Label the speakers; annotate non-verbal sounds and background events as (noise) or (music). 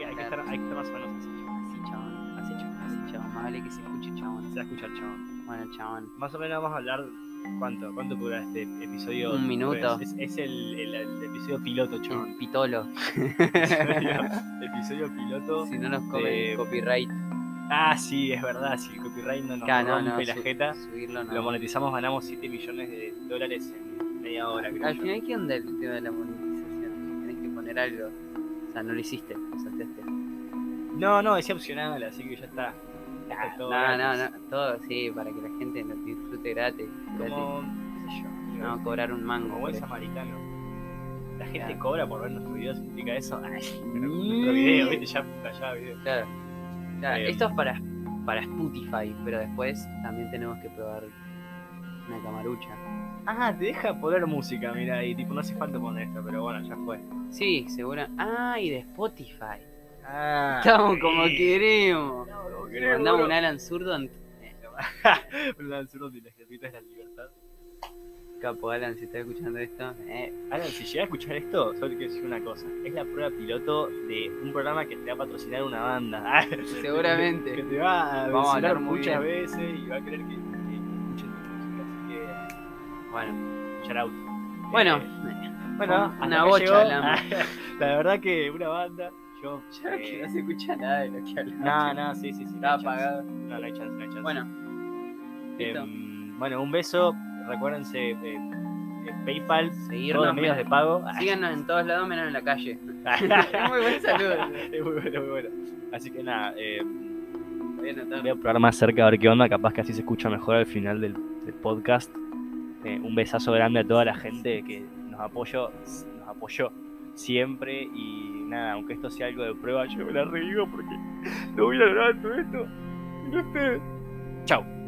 Speaker 1: Eh, estar, hay que estar más o menos así.
Speaker 2: Así, chabón. Así, chabón. Así, chabón. Más vale que se escuche, chabón.
Speaker 1: Se va a escuchar, chabón.
Speaker 2: Bueno, chabón.
Speaker 1: Más o menos vamos a hablar. ¿Cuánto? ¿Cuánto dura este episodio?
Speaker 2: Un minuto.
Speaker 1: Pues, es es el, el- el episodio piloto,
Speaker 2: El
Speaker 1: chabón.
Speaker 2: (laughs) pitolo.
Speaker 1: episodio, episodio piloto.
Speaker 2: Si no nos comen
Speaker 1: Eh,
Speaker 2: el copyright,
Speaker 1: Ah, sí, es verdad. Si el copyright no nos
Speaker 2: acá no,
Speaker 1: rompe
Speaker 2: no,
Speaker 1: la
Speaker 2: su-
Speaker 1: jeta,
Speaker 2: subirlo no.
Speaker 1: lo monetizamos, ganamos 7 millones de dólares en media hora, creo
Speaker 2: Al
Speaker 1: yo.
Speaker 2: final, ¿qué onda el tema de la monetización? Tenés que poner algo. O sea, no lo hiciste, usaste este.
Speaker 1: No, no, es opcional, así que ya está. Es
Speaker 2: Ah, No,
Speaker 1: este, todo
Speaker 2: no,
Speaker 1: gratis.
Speaker 2: no, todo sí, para que la gente lo disfrute gratis. gratis.
Speaker 1: Como, qué sé yo, digo,
Speaker 2: No, cobrar un mango.
Speaker 1: como
Speaker 2: por
Speaker 1: buen
Speaker 2: eso.
Speaker 1: samaritano. La gente
Speaker 2: Claro.
Speaker 1: cobra por ver nuestros videos, ¿significa eso? Ay, pero nuestro video, viste, ya fallaba video.
Speaker 2: Claro. Claro,
Speaker 1: Eh,
Speaker 2: esto es para, para Spotify, pero después también tenemos que probar una camarucha.
Speaker 1: Ah, te deja poner música, mira, y tipo, no hace falta poner esto, pero bueno, ya fue.
Speaker 2: Sí, seguro. Ah, y de Spotify.
Speaker 1: Ah,
Speaker 2: Estamos como
Speaker 1: sí.
Speaker 2: queremos.
Speaker 1: Estamos como
Speaker 2: Le
Speaker 1: queremos,
Speaker 2: mandamos
Speaker 1: bro.
Speaker 2: un Alan Zurdo en
Speaker 1: Perdón, zurdo, si la escritura es la libertad.
Speaker 2: capo, Alan, si estás escuchando esto. eh,
Speaker 1: Alan, si llegas a escuchar esto, solo te quiero decir una cosa. Es la prueba piloto de un programa que te va a patrocinar una banda. (laughs) Ah,
Speaker 2: Seguramente.
Speaker 1: Que te va a
Speaker 2: Vamos a
Speaker 1: mencionar
Speaker 2: hablar muy
Speaker 1: muchas
Speaker 2: bien.
Speaker 1: veces y va a querer que, que escuchen tu música. Así
Speaker 2: bueno,
Speaker 1: que, shout out.
Speaker 2: bueno,
Speaker 1: Eh, bueno,
Speaker 2: una
Speaker 1: hasta acá
Speaker 2: bocha
Speaker 1: llegó. (laughs)
Speaker 2: hablamos.
Speaker 1: la verdad que una banda, (laughs) yo... eh,
Speaker 2: ya que no se escucha nada de lo que hablamos.
Speaker 1: No, no, sí, sí, sí. no
Speaker 2: Está
Speaker 1: hay chance.
Speaker 2: apagado.
Speaker 1: No, no hay chance, no hay chance.
Speaker 2: Bueno, listo.
Speaker 1: Em, bueno, un beso. Recuérdense, eh, eh, PayPal, todos los
Speaker 2: seguirnos.
Speaker 1: medios de
Speaker 2: menos-
Speaker 1: pago.
Speaker 2: Síganos en todos lados menos en la (laughs) calle. es muy buen saludo.
Speaker 1: (laughs) es muy bueno, muy bueno. Así que nada, eh,
Speaker 2: Voy a anotar.
Speaker 1: voy a probar más cerca a ver qué onda, capaz que así se escucha mejor al final del, del podcast. Eh, un besazo grande a toda la gente que nos apoyó, nos apoyó siempre y nada, aunque esto sea algo de prueba, yo me la redigo porque no voy a lograr todo esto. Y no ustedes. Chao.